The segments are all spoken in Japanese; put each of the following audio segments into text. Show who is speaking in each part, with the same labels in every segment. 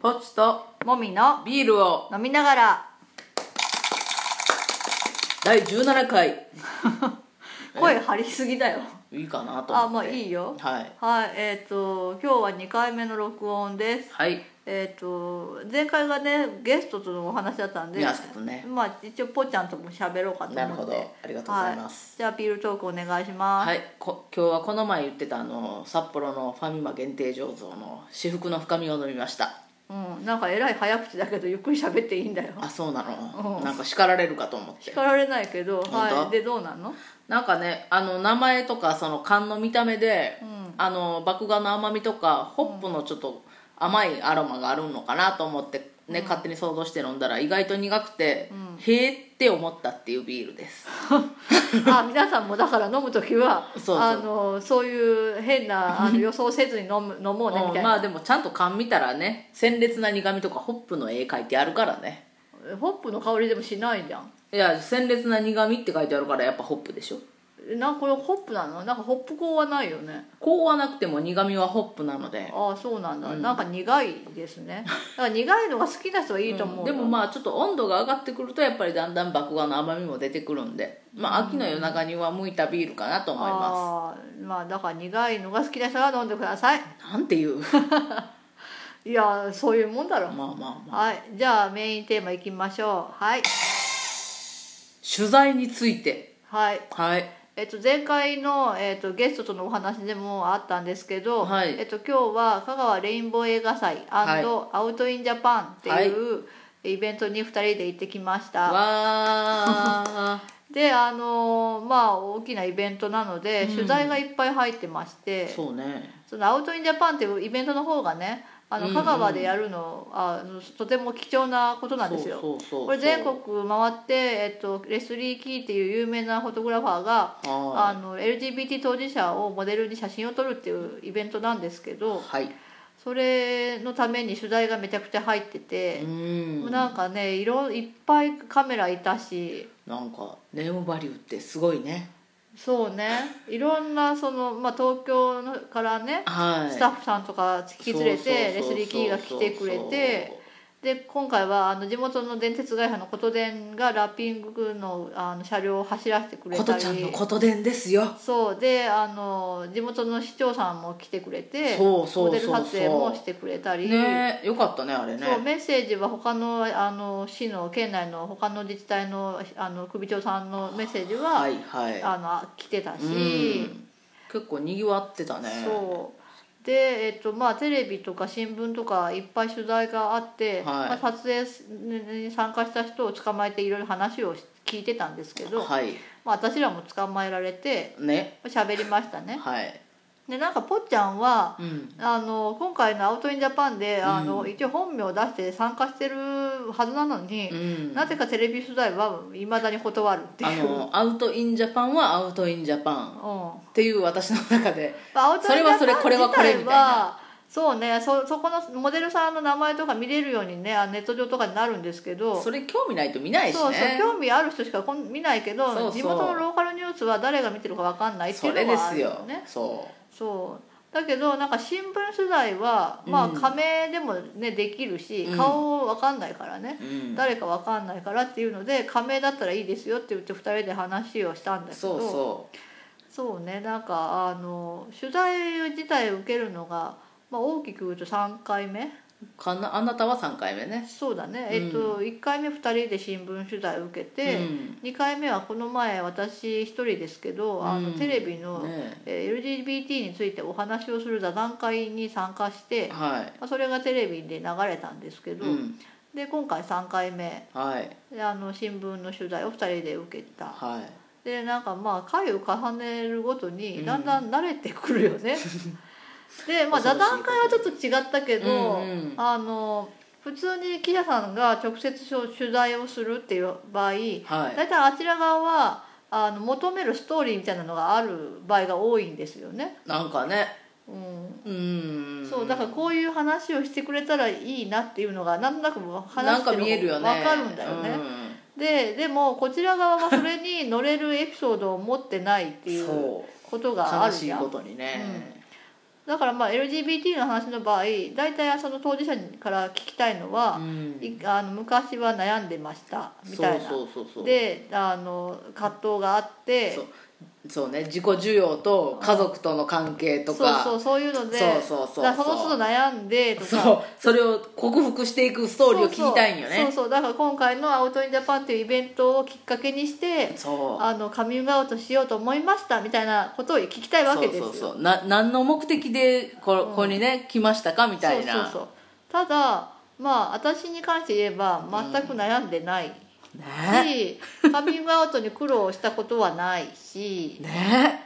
Speaker 1: ポチと
Speaker 2: もみの
Speaker 1: ビールを
Speaker 2: 飲みながら
Speaker 1: 第17回
Speaker 2: 声張りすぎだよ
Speaker 1: いいかなと思って
Speaker 2: あまあいいよ
Speaker 1: はい
Speaker 2: はいえっ、と今日は2回目の録音です
Speaker 1: はい
Speaker 2: えっ、と前回がねゲストとのお話だったんで
Speaker 1: 宮下君ね
Speaker 2: まあ一応ぽちゃんとも喋ろうかと思って
Speaker 1: なるほどありがとうございます
Speaker 2: はじゃあビールトークお願いします、
Speaker 1: はいこ今日はこの前言ってたあの札幌のファミマ限定醸造の至福の深みを飲みました
Speaker 2: うん、なんかえらい早口だけどゆっくり喋っていいんだよ
Speaker 1: あそうなの、
Speaker 2: うん
Speaker 1: なんか叱られるかと思って
Speaker 2: 叱られないけど、
Speaker 1: 本当
Speaker 2: はい、でど うなんの
Speaker 1: なんかねあの名前とかその缶の見た目で、
Speaker 2: うん
Speaker 1: あの麦芽の甘みとかホップのちょっと甘いアロマがあるのかなと思って、ね勝手に想像して飲んだら意外と苦くて、へえって思ったっていうビールです
Speaker 2: あ皆さんもだから飲む時は
Speaker 1: そうそう
Speaker 2: あのそういう変なあの予想せずに飲む飲もうねみ
Speaker 1: うん
Speaker 2: たい
Speaker 1: ま
Speaker 2: な、
Speaker 1: あでもちゃんと缶見たらね鮮烈な苦味とかホップの絵描いてあるからね
Speaker 2: ホップの香りでもしないじゃん
Speaker 1: いや鮮烈な苦味って書いてあるからやっぱホップでしょ
Speaker 2: えなんかこれホップなのなんかホップ香はないよね
Speaker 1: こうはなくても苦味はホップなので
Speaker 2: ああそうなんだ、なんか苦いですねだから苦いのが好きな人はいいと思う、
Speaker 1: でもまあちょっと温度が上がってくるとやっぱりだんだん麦芽の甘みも出てくるんでまあ秋の夜中には向いたビールかなと思いま
Speaker 2: あーまあだから苦いのが好きな人は飲んでください
Speaker 1: すなんていう
Speaker 2: いやーそういうもんだろ
Speaker 1: まあ
Speaker 2: う、
Speaker 1: まあまあ
Speaker 2: はいじゃあメインテーマいきましょうはい
Speaker 1: 取材について
Speaker 2: はい
Speaker 1: はい
Speaker 2: えっと、前回の、えっと、ゲストとのお話でもあったんですけど、
Speaker 1: はい
Speaker 2: えっと、今日は香川レインボー映画祭
Speaker 1: はい
Speaker 2: アウト・イン・ジャパンっていうイベントに2人で行ってきました、
Speaker 1: わあ
Speaker 2: であのーまあ大きなイベントなので、取材がいっぱい入ってまして
Speaker 1: そうね
Speaker 2: そのアウト・イン・ジャパンっていうイベントの方がねあの
Speaker 1: うんうん
Speaker 2: 香川でやるの,、あのとても貴重なことなんですよ
Speaker 1: そうそうそう
Speaker 2: これ全国回って、えっと、レスリー・キーっていう有名なフォトグラファーが
Speaker 1: は
Speaker 2: あの LGBT 当事者をモデルに写真を撮るっていうイベントなんです
Speaker 1: い
Speaker 2: けど
Speaker 1: はい
Speaker 2: それのために取材がめちゃくちゃ入ってて
Speaker 1: う、ん
Speaker 2: もうなんかねいろいっぱいカメラいたし
Speaker 1: なんかネームバリューってすごいね
Speaker 2: そうねいろんなその、まあ、東京のからね
Speaker 1: はい
Speaker 2: スタッフさんとか引き連れて
Speaker 1: そう
Speaker 2: レ
Speaker 1: そうそうそう
Speaker 2: スリー・キーが来てくれてで今回はあの地元の電鉄会社の琴電がラッピングのあの車両を走らせてくれ
Speaker 1: こと
Speaker 2: たり
Speaker 1: ちゃんのことでんですよ
Speaker 2: そうであの地元の市長さんも来てくれて
Speaker 1: そうそうそうそう
Speaker 2: モデル撮影もしてくれたり、
Speaker 1: ねえよかったねあれね
Speaker 2: そうメッセージは他のあの市の県内の他の自治体のあの首長さんのメッセージは、
Speaker 1: はいはい
Speaker 2: あの来てたし、
Speaker 1: うん結構にぎわってたね
Speaker 2: そうで、えっとまあ、テレビとか新聞とかいっぱい取材があって、
Speaker 1: はい
Speaker 2: まあ、撮影に参加した人を捕まえていろいろ話を聞いてたんですけど、
Speaker 1: はい
Speaker 2: まあ、私らも捕まえられて
Speaker 1: ね
Speaker 2: 喋りましたね。
Speaker 1: はい
Speaker 2: でなんかぽっちゃんは
Speaker 1: うん
Speaker 2: あの今回の「アウト・イン・ジャパンで」あの一応本名を出して参加してるはずなのに
Speaker 1: う、ん
Speaker 2: なぜかテレビ取材はいまだに断るって
Speaker 1: あ
Speaker 2: いう。
Speaker 1: のアウトインジャパンはアウトインジャパンっ
Speaker 2: うん
Speaker 1: ていう私の中で
Speaker 2: アウト・イン・ジャパン
Speaker 1: それはそれこれはこれみたいな
Speaker 2: そうねそそこのモデルさんの名前とか見れるようにねあネット上とかになるんですけど
Speaker 1: それ興味ないと見ないし
Speaker 2: そうそう
Speaker 1: ね
Speaker 2: 興味ある人しかこん見ないけど
Speaker 1: そうそう
Speaker 2: 地元のローカルニュースは誰が見てるか分かんないって
Speaker 1: そ
Speaker 2: い
Speaker 1: うれ
Speaker 2: の
Speaker 1: で
Speaker 2: はあ
Speaker 1: す
Speaker 2: るよ
Speaker 1: よ
Speaker 2: ね。
Speaker 1: そ
Speaker 2: そうだけどなんか新聞取材は、まあ、
Speaker 1: うん
Speaker 2: 仮名でもねできるし、
Speaker 1: うん
Speaker 2: 顔わかんないからね
Speaker 1: う、うん、
Speaker 2: 誰かわかんないからっていうので仮名だったらいいですよって言って2人で話をしたんだけど
Speaker 1: そうそ
Speaker 2: そうねなんかあの取材自体受けるのが、まあ、大きく言うと3回目
Speaker 1: うかなあなたは3回目ね
Speaker 2: そうだね、
Speaker 1: うん
Speaker 2: えっと1回目2人で新聞取材受けて、
Speaker 1: うん
Speaker 2: 2回目はこの前私1人ですけどあ
Speaker 1: う
Speaker 2: の、
Speaker 1: ん
Speaker 2: テレビの、
Speaker 1: ね
Speaker 2: えー LGBT についてお話をする座談会に参加し
Speaker 1: は
Speaker 2: て、
Speaker 1: い
Speaker 2: まあそれがテレビで流れたんですけど、
Speaker 1: うん
Speaker 2: で今回3回目
Speaker 1: はい
Speaker 2: であの新聞の取材を2人で受けた
Speaker 1: はい
Speaker 2: でなんかまあ回を重ねるごと
Speaker 1: う
Speaker 2: に
Speaker 1: ん
Speaker 2: だんだん慣れてくるよ ね、でまあ座
Speaker 1: 恐ろしいこと
Speaker 2: 談会はちょっと違ったけど、
Speaker 1: うんうん
Speaker 2: あの普通に記者さんが直接取材をするっていう場合、
Speaker 1: はい
Speaker 2: 大体あちら側はあの求めるストーリーみたいなのがある場合が多いんですよね、
Speaker 1: なんかね
Speaker 2: うん
Speaker 1: うん
Speaker 2: そうだからこういう話をしてくれたらいいなっていうのがなんとなく話
Speaker 1: なん
Speaker 2: して
Speaker 1: か
Speaker 2: も
Speaker 1: 見えるよね
Speaker 2: 分かるんだよね、ででもこちら側がそれに乗れるエピソードを持ってないって
Speaker 1: うん
Speaker 2: いう
Speaker 1: そう
Speaker 2: ことがあ
Speaker 1: 悲
Speaker 2: る
Speaker 1: しい
Speaker 2: じゃん
Speaker 1: ことにね、
Speaker 2: だからまあ LGBT の話の場合大体はその当事者から聞きたいのは、
Speaker 1: ん
Speaker 2: いあの昔は悩んでましたみたいな
Speaker 1: そうそうそうそう
Speaker 2: であの葛藤があって
Speaker 1: そうそうね自己需要と家族との関係とか
Speaker 2: そうそうそういうので
Speaker 1: そうそうそうそう
Speaker 2: だからその都度悩んでとか
Speaker 1: そうそれを克服していくストーリーを聞きたいんよ
Speaker 2: そうそ
Speaker 1: ね
Speaker 2: うそうそうだから今回の「アウト・イン・ジャパン」っていうイベントをきっかけにして
Speaker 1: そう
Speaker 2: あのカミングアウトしようと思いましたみたいなことを聞きたいわけですよ
Speaker 1: そうそうそうな何の目的でこ,、ここにね来ましたかみたいな
Speaker 2: そうそうそうただまあ私に関して言えば全く悩んでない
Speaker 1: ね
Speaker 2: し、カミングアウトに苦労したことはないし、
Speaker 1: ね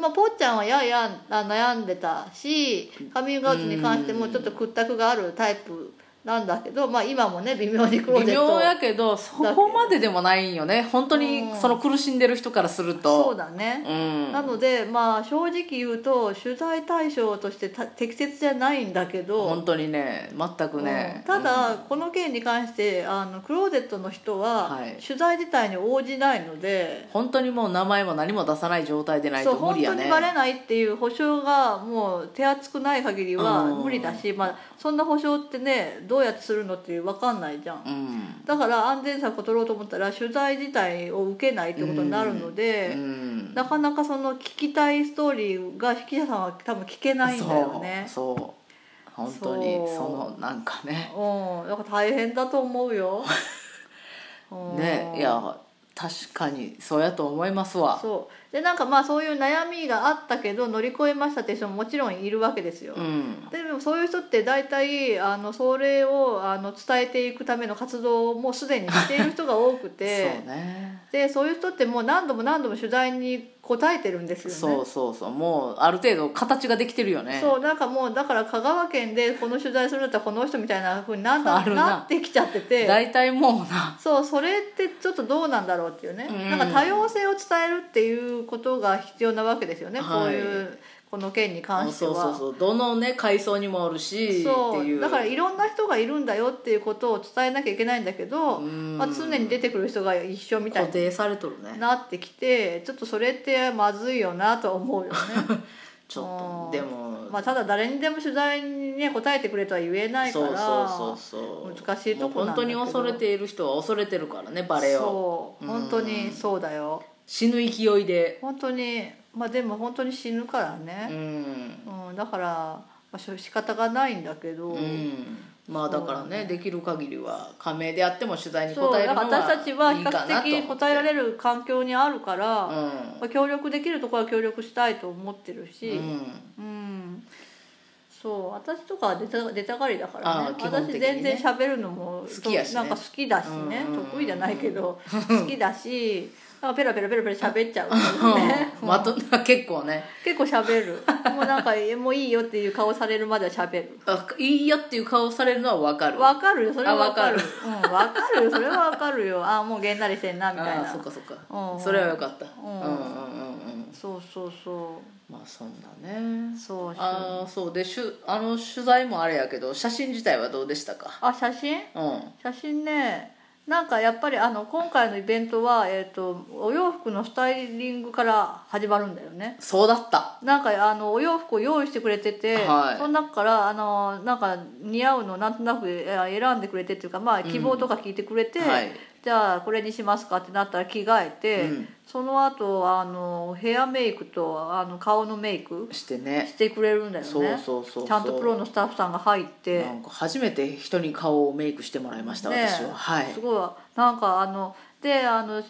Speaker 2: まあ、ぽっちゃんはややあ悩んでたしカミングアウトに関してもちょっと屈託があるタイプなんだけど、まあ、今もね微妙にクロー
Speaker 1: 微
Speaker 2: ゼッ
Speaker 1: 妙
Speaker 2: ト
Speaker 1: やけどそこまででもないんよね本当にその苦しんでる人からする
Speaker 2: そう
Speaker 1: と
Speaker 2: だね、
Speaker 1: うん
Speaker 2: なのでまあ正直言うと取材対象としてた適切じゃないんだけど
Speaker 1: 本当にね全くね
Speaker 2: うんただ、この件に関してあのクローゼットの人は
Speaker 1: はい
Speaker 2: 取材自体に応じないので、
Speaker 1: 本当にもう名前も何も出さない状態でない
Speaker 2: そう
Speaker 1: と無
Speaker 2: 本
Speaker 1: 理
Speaker 2: 当
Speaker 1: や
Speaker 2: に
Speaker 1: ね
Speaker 2: バレないっていう保証がもう手厚くない限りは
Speaker 1: うん
Speaker 2: 無理だし、まあ、そんな保証ってねどうやってするのって分かんないじゃん、
Speaker 1: うん
Speaker 2: だから安全策を取ろうと思ったら取材自体を受けないってことになるの
Speaker 1: う
Speaker 2: で、
Speaker 1: ん
Speaker 2: なかなかその聞きたいストーリーが筆記者さんは多分聞けないんだよね
Speaker 1: そうそう本当に
Speaker 2: そう
Speaker 1: そのなんかね
Speaker 2: うんだから大変だと思うようん
Speaker 1: ねいや確かにそうやと思いますわ
Speaker 2: そうでなんかまあそういう悩みがあったけど乗り越えましたって人ももちろんいるわけですよ、
Speaker 1: うん
Speaker 2: でもそういう人って大体あのそれをあの伝えていくための活動をもうすでにしている人が多く
Speaker 1: そう
Speaker 2: て
Speaker 1: ね
Speaker 2: でそういう人ってもう何度も何度も取材に答えてるんですよね
Speaker 1: そうそうそうもうある程度形ができてるよね
Speaker 2: そうなんかもうだから香川県でこの取材するんだったらこの人みたいなふうになんだ
Speaker 1: ある
Speaker 2: な
Speaker 1: な
Speaker 2: ってきちゃってて
Speaker 1: 大体もうな
Speaker 2: そうそれってちょっとどうなんだろうっていうね、
Speaker 1: うん
Speaker 2: なんか多様性を伝えるっていうことが必要なわけですよね、
Speaker 1: はい
Speaker 2: こういうこの件に関して
Speaker 1: そう
Speaker 2: は。
Speaker 1: そうそうどのね階層にもおるしって
Speaker 2: そう
Speaker 1: いう
Speaker 2: だからいろんな人がいるんだよっていうことを伝えなきゃいけないんだけど、
Speaker 1: うん
Speaker 2: まあ、常に出てくる人が一緒みたい
Speaker 1: 固定されとる
Speaker 2: に
Speaker 1: ね
Speaker 2: なってきてちょっとそれってまずいよなとは思うよね、
Speaker 1: ちょ
Speaker 2: うん
Speaker 1: っとでも
Speaker 2: まあ、ただ誰にでも取材に、ね、答えてくれとは言えないか
Speaker 1: そう
Speaker 2: ら
Speaker 1: そうそうそう
Speaker 2: 難しいとこなんだけど
Speaker 1: もう本当に恐れている人は恐れてるからねバレエを
Speaker 2: そう本当にそうだよ
Speaker 1: 死ぬ勢いで
Speaker 2: 本当にまあでも本当に死ぬから
Speaker 1: う
Speaker 2: ね、
Speaker 1: ん
Speaker 2: うんだから、まあ、しょ仕方がないんだけど、
Speaker 1: うんまあ
Speaker 2: そう
Speaker 1: だからねできる限りは加盟であっても取材に
Speaker 2: そう
Speaker 1: 答える
Speaker 2: だ
Speaker 1: の
Speaker 2: から私たちはい比
Speaker 1: いかなと思
Speaker 2: 較
Speaker 1: って
Speaker 2: 的答えられる環境にあるから、
Speaker 1: う
Speaker 2: ま
Speaker 1: ん
Speaker 2: あ協力できるところは協力したいと思ってる
Speaker 1: う
Speaker 2: し
Speaker 1: ん
Speaker 2: うん、そう私とかは出た出たがりだからね
Speaker 1: あー基本的に
Speaker 2: 私
Speaker 1: ね
Speaker 2: 全然喋るのも
Speaker 1: 好きやしね
Speaker 2: なんか好きだしね、
Speaker 1: うん
Speaker 2: 得意じゃないけど好きだしなんかペラペラペラペラ喋っちゃうからね
Speaker 1: まと結構ね
Speaker 2: 結構喋るもうなんかえもういいよっていう顔されるまでは喋る
Speaker 1: あいいよっていう顔されるのは分かる
Speaker 2: わかるよそれは
Speaker 1: あ
Speaker 2: わ
Speaker 1: わ
Speaker 2: か
Speaker 1: か
Speaker 2: る
Speaker 1: る
Speaker 2: うん、わかるよそれはわかるよあーもうげんなりしてんなみたい
Speaker 1: あ
Speaker 2: な
Speaker 1: あそっかそっ
Speaker 2: うん
Speaker 1: かそれはよかった
Speaker 2: ん
Speaker 1: うんうんうんうん
Speaker 2: そうそうそ
Speaker 1: まあそんなね
Speaker 2: うそうあ
Speaker 1: ああそうでしゅあの取材もあれやけど写真自体はどうでしたか
Speaker 2: あ写真
Speaker 1: うん
Speaker 2: 写真ねなんかやっぱりあの今回のイベントは、えー、とお洋服のスタイリングから始まるんだよね
Speaker 1: そうだった
Speaker 2: なんかあのお洋服を用意してくれてて、
Speaker 1: はい
Speaker 2: その中からあのなんか似合うのをなんとなくえー選んでくれてっていうか、まあ、希望とか聞いてくれて、
Speaker 1: はい
Speaker 2: じゃあこれにしますかってなったら着替えて、
Speaker 1: うん
Speaker 2: その後あのヘアメイクとあの顔のメイク
Speaker 1: してね
Speaker 2: してくれるんだよね
Speaker 1: そうそうそうそう
Speaker 2: ちゃんとプロのスタッフさんが入って、
Speaker 1: なんか初めて人に顔をメイクしてもらいました
Speaker 2: ね
Speaker 1: 私ははい
Speaker 2: すごいなんかあのであの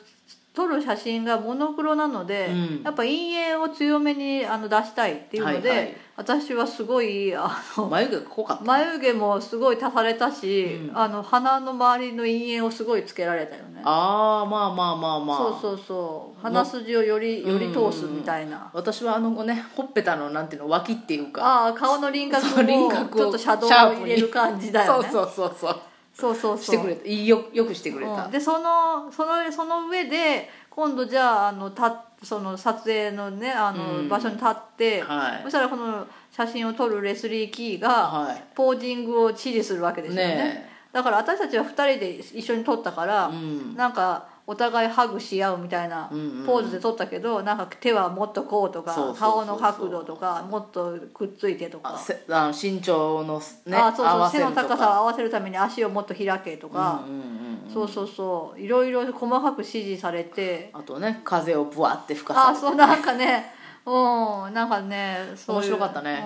Speaker 2: 撮る写真がモノクロなので、
Speaker 1: うん
Speaker 2: やっぱ陰影を強めにあの出したいっていうので、
Speaker 1: はいはい
Speaker 2: 私はすごいあの
Speaker 1: 眉毛が濃かった
Speaker 2: 眉毛もすごい足されたし、
Speaker 1: うん
Speaker 2: あの鼻の周りの陰影をすごいつけられたよね
Speaker 1: ああまあまあまあまあ
Speaker 2: そうそうそう鼻筋をよりより通すみたいな、
Speaker 1: 私はあのねほっぺたのなんていうの脇っていうか
Speaker 2: ああ顔の輪郭
Speaker 1: そう輪
Speaker 2: も
Speaker 1: 郭を
Speaker 2: ちょっとシャドウを入れる感じだよね
Speaker 1: そうそうそうそう
Speaker 2: そうそうそう
Speaker 1: してくれたいいよよくしてくれ
Speaker 2: うん
Speaker 1: た
Speaker 2: でそのそのその上で今度じゃああのたその撮影のねあの、
Speaker 1: うん
Speaker 2: 場所に立って、
Speaker 1: はい
Speaker 2: そしたらこの写真を撮るレスリー・キーが、
Speaker 1: はい
Speaker 2: ポージングを指示するわけですよね
Speaker 1: ね
Speaker 2: だから私たちは2人で一緒に撮ったから、
Speaker 1: うん
Speaker 2: なんかお互いハグし合うみたいな
Speaker 1: うんうんうん
Speaker 2: ポーズで撮ったけど、なんか手はもっとこうとか
Speaker 1: そうそうそうそう
Speaker 2: 顔の角度とかもっとくっついてとか
Speaker 1: あせあの身長のね
Speaker 2: あそう
Speaker 1: 合
Speaker 2: そう
Speaker 1: わせ
Speaker 2: 背
Speaker 1: る
Speaker 2: の
Speaker 1: とか
Speaker 2: 高さを合わせるために足をもっと開けとか、
Speaker 1: うんうんうんうん
Speaker 2: そうそうそういろいろ細かく指示されて
Speaker 1: あとね風をブワって吹かさ
Speaker 2: あ
Speaker 1: れて
Speaker 2: そうなんかねうんなんかねそういう
Speaker 1: 面白かったね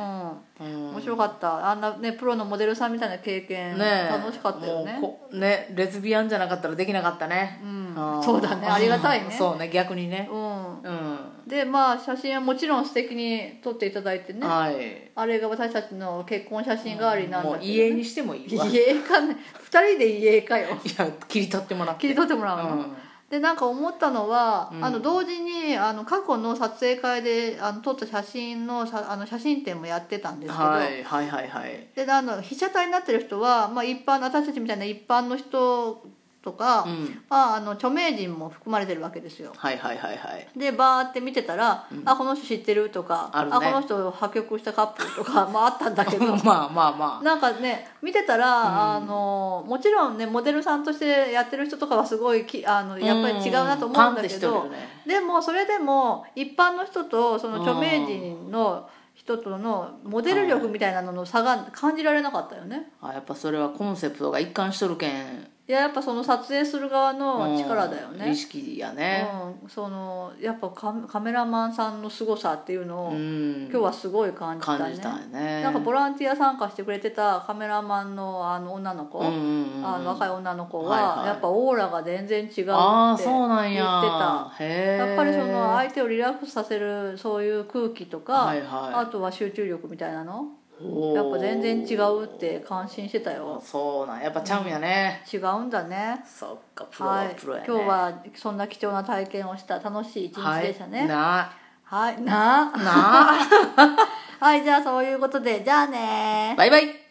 Speaker 2: うん
Speaker 1: うん
Speaker 2: 面白かったあんなねプロのモデルさんみたいな経験、
Speaker 1: ねえ
Speaker 2: 楽しかったよね
Speaker 1: もうこねレズビアンじゃなかったらできなかったね
Speaker 2: うん
Speaker 1: ん
Speaker 2: そうだねありがたいね
Speaker 1: そうね逆にね
Speaker 2: うん
Speaker 1: うん
Speaker 2: でまあ写真はもちろん素敵に撮っていただいてねあ
Speaker 1: はい
Speaker 2: れが私たちの結婚写真代わりなん
Speaker 1: も
Speaker 2: だ
Speaker 1: う
Speaker 2: けど、ね、
Speaker 1: 家 にしてもいいわい
Speaker 2: 家かね2人で家かよ
Speaker 1: や切り取ってもらって
Speaker 2: 切り取ってもらうの、
Speaker 1: うん
Speaker 2: でなんか思ったのは、
Speaker 1: うん
Speaker 2: あの同時にあの過去の撮影会であの撮った写真のさあの写真展もやってたんですけど、
Speaker 1: はいはいはいはい
Speaker 2: であの被写体になってる人は、まあ、一般の私たちみたいな一般の人とか、
Speaker 1: うん
Speaker 2: まあ、あの著名人も含まれてるわけですよ
Speaker 1: はいはいはいはい
Speaker 2: でバーって見てたら「あこの人知ってる」とか
Speaker 1: あるね
Speaker 2: この人破局したカップル」とか、まあ、あったんだけど
Speaker 1: まあまあま
Speaker 2: なんかね見てたら、あのもちろんねモデルさんとしてやってる人とかはすごいきあの
Speaker 1: あ
Speaker 2: やっぱり違うなと思うんだ
Speaker 1: パンって
Speaker 2: けど、
Speaker 1: してるよね
Speaker 2: でもそれでも一般の人とその著名人の人とのモデル力みたいなのの差が感じられなかったよね。
Speaker 1: あやっぱそれはコンセプトが一貫しとるけん
Speaker 2: いややっぱその撮影する側の力だよ
Speaker 1: うん意
Speaker 2: ね。
Speaker 1: 識やね
Speaker 2: うん、そのやっぱカメカメラマンさんの凄さっていうのを、
Speaker 1: うん
Speaker 2: 今日はすごい感じたね
Speaker 1: 感じたよね
Speaker 2: なんかボランティア参加してくれてたカメラマンのあの女の子、
Speaker 1: うんうんうん
Speaker 2: あの若い女の子
Speaker 1: はい
Speaker 2: は
Speaker 1: はい
Speaker 2: やっぱオーラが全然違うって言って
Speaker 1: ああそうなんや
Speaker 2: た
Speaker 1: へえ
Speaker 2: やっぱりその相手をリラックスさせるそういう空気とか、
Speaker 1: はいはい
Speaker 2: あとは集中力みたいなの
Speaker 1: おー
Speaker 2: やっぱ全然違うって感心してたよ
Speaker 1: そうなんやっぱちゃうんやね、
Speaker 2: 違うんだね
Speaker 1: そっかプロ
Speaker 2: は、
Speaker 1: はいプロ
Speaker 2: 今
Speaker 1: やね
Speaker 2: 日はそんな貴重な体験をした楽しい一日でした
Speaker 1: はい、
Speaker 2: ね
Speaker 1: な
Speaker 2: はい、なあ
Speaker 1: な
Speaker 2: はいじゃあそういうことでじゃあね
Speaker 1: バイバイ